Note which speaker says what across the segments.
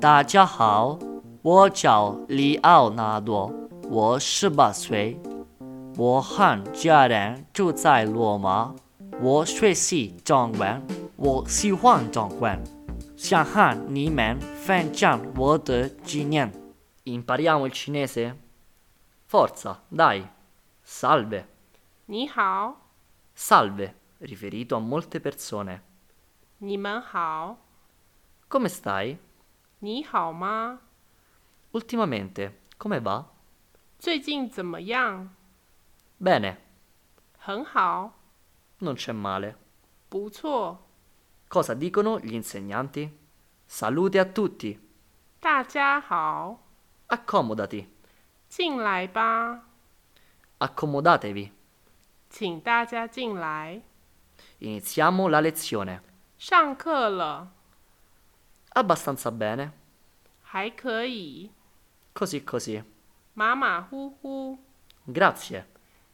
Speaker 1: 大家好，我叫里奥纳多，我十八岁，我和家人住在罗马，我学习中文，我喜欢中文，想和你们分享我的经验。Impariamo il cinese? Forza, dai! Salve!
Speaker 2: 你好，
Speaker 1: Salve, riferito a molte persone.
Speaker 2: 你们好，
Speaker 1: Come stai?
Speaker 2: 你好吗？
Speaker 1: Ultimamente, come va?
Speaker 2: 最近怎么样？
Speaker 1: Bene,
Speaker 2: 很好，
Speaker 1: non c'è male.
Speaker 2: 不错，
Speaker 1: Cosa dicono gli insegnanti? Salute a tutti,
Speaker 2: 大家好，
Speaker 1: accomodati,
Speaker 2: 进来吧，
Speaker 1: accomodatevi.
Speaker 2: 请大家进来。
Speaker 1: Iniziamo la lezione.
Speaker 2: 上课了，
Speaker 1: Abbastanza bene,
Speaker 2: 还可以，
Speaker 1: così così.
Speaker 2: 马马虎虎，
Speaker 1: Grazie,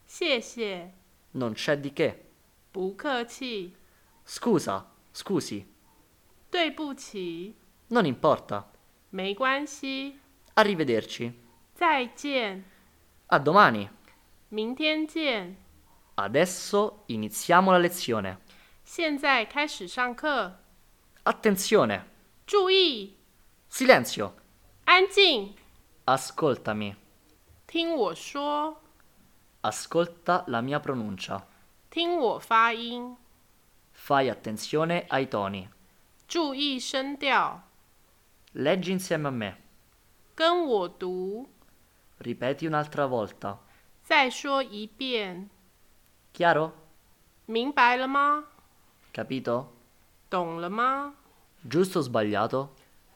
Speaker 2: 谢谢，
Speaker 1: non c'è di che.
Speaker 2: 不客气，
Speaker 1: Scusa, scusi,
Speaker 2: 对不起，
Speaker 1: non importa.
Speaker 2: 没关系，
Speaker 1: Arrivederci.
Speaker 2: 再见，
Speaker 1: A domani.
Speaker 2: 明天见。
Speaker 1: Adesso iniziamo la lezione.
Speaker 2: 现在开始上课，
Speaker 1: Attenzione,
Speaker 2: 注意，
Speaker 1: silenzio.
Speaker 2: 安静，
Speaker 1: Ascoltami,
Speaker 2: 听我说。
Speaker 1: ascolta la mia pronuncia.
Speaker 2: 听我发音，
Speaker 1: Fai attenzione ai toni.
Speaker 2: 注意声调，
Speaker 1: Leggi insieme a me.
Speaker 2: 跟我读，
Speaker 1: Ripeti un'altra volta.
Speaker 2: 再说一遍，
Speaker 1: Chiaro?
Speaker 2: 明白了吗？
Speaker 1: Capito?
Speaker 2: 懂了吗？
Speaker 1: Giusto o sbagliato?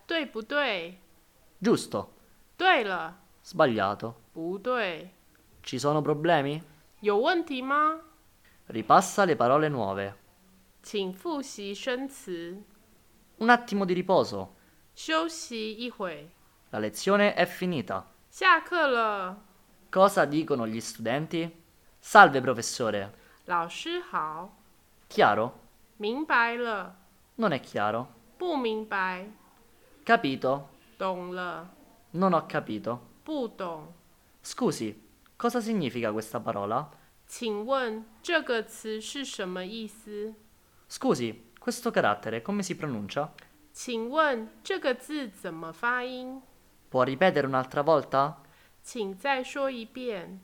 Speaker 2: 对不对？
Speaker 1: Giusto.
Speaker 2: 对了，
Speaker 1: Sbagliato.
Speaker 2: 不对，
Speaker 1: Ci sono problemi?
Speaker 2: 有问题吗？
Speaker 1: Ripassa le parole nuove.
Speaker 2: 请复习生词，
Speaker 1: Un attimo di riposo.
Speaker 2: 休息一会。
Speaker 1: La lezione è finita.
Speaker 2: 下课了，
Speaker 1: Cosa dicono gli studenti? Salve professore.
Speaker 2: 老师好，
Speaker 1: Chiaro?
Speaker 2: 明白了，
Speaker 1: Non è chiaro.
Speaker 2: 不明白，
Speaker 1: Capito?
Speaker 2: 懂了，
Speaker 1: Non ho capito.
Speaker 2: 不懂。
Speaker 1: Scusi, cosa significa questa parola?
Speaker 2: 请问这个词是什么意思？
Speaker 1: Scusi, questo carattere come si pronuncia?
Speaker 2: 请问这个字怎么发音？
Speaker 1: Può ripetere un'altra volta?
Speaker 2: 请再说一遍。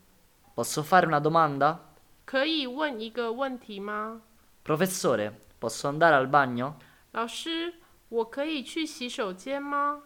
Speaker 1: Posso fare una domanda?
Speaker 2: 可以问一个问题吗？
Speaker 1: Professore, posso andare al bagno?
Speaker 2: 老师，我可以去洗手间吗？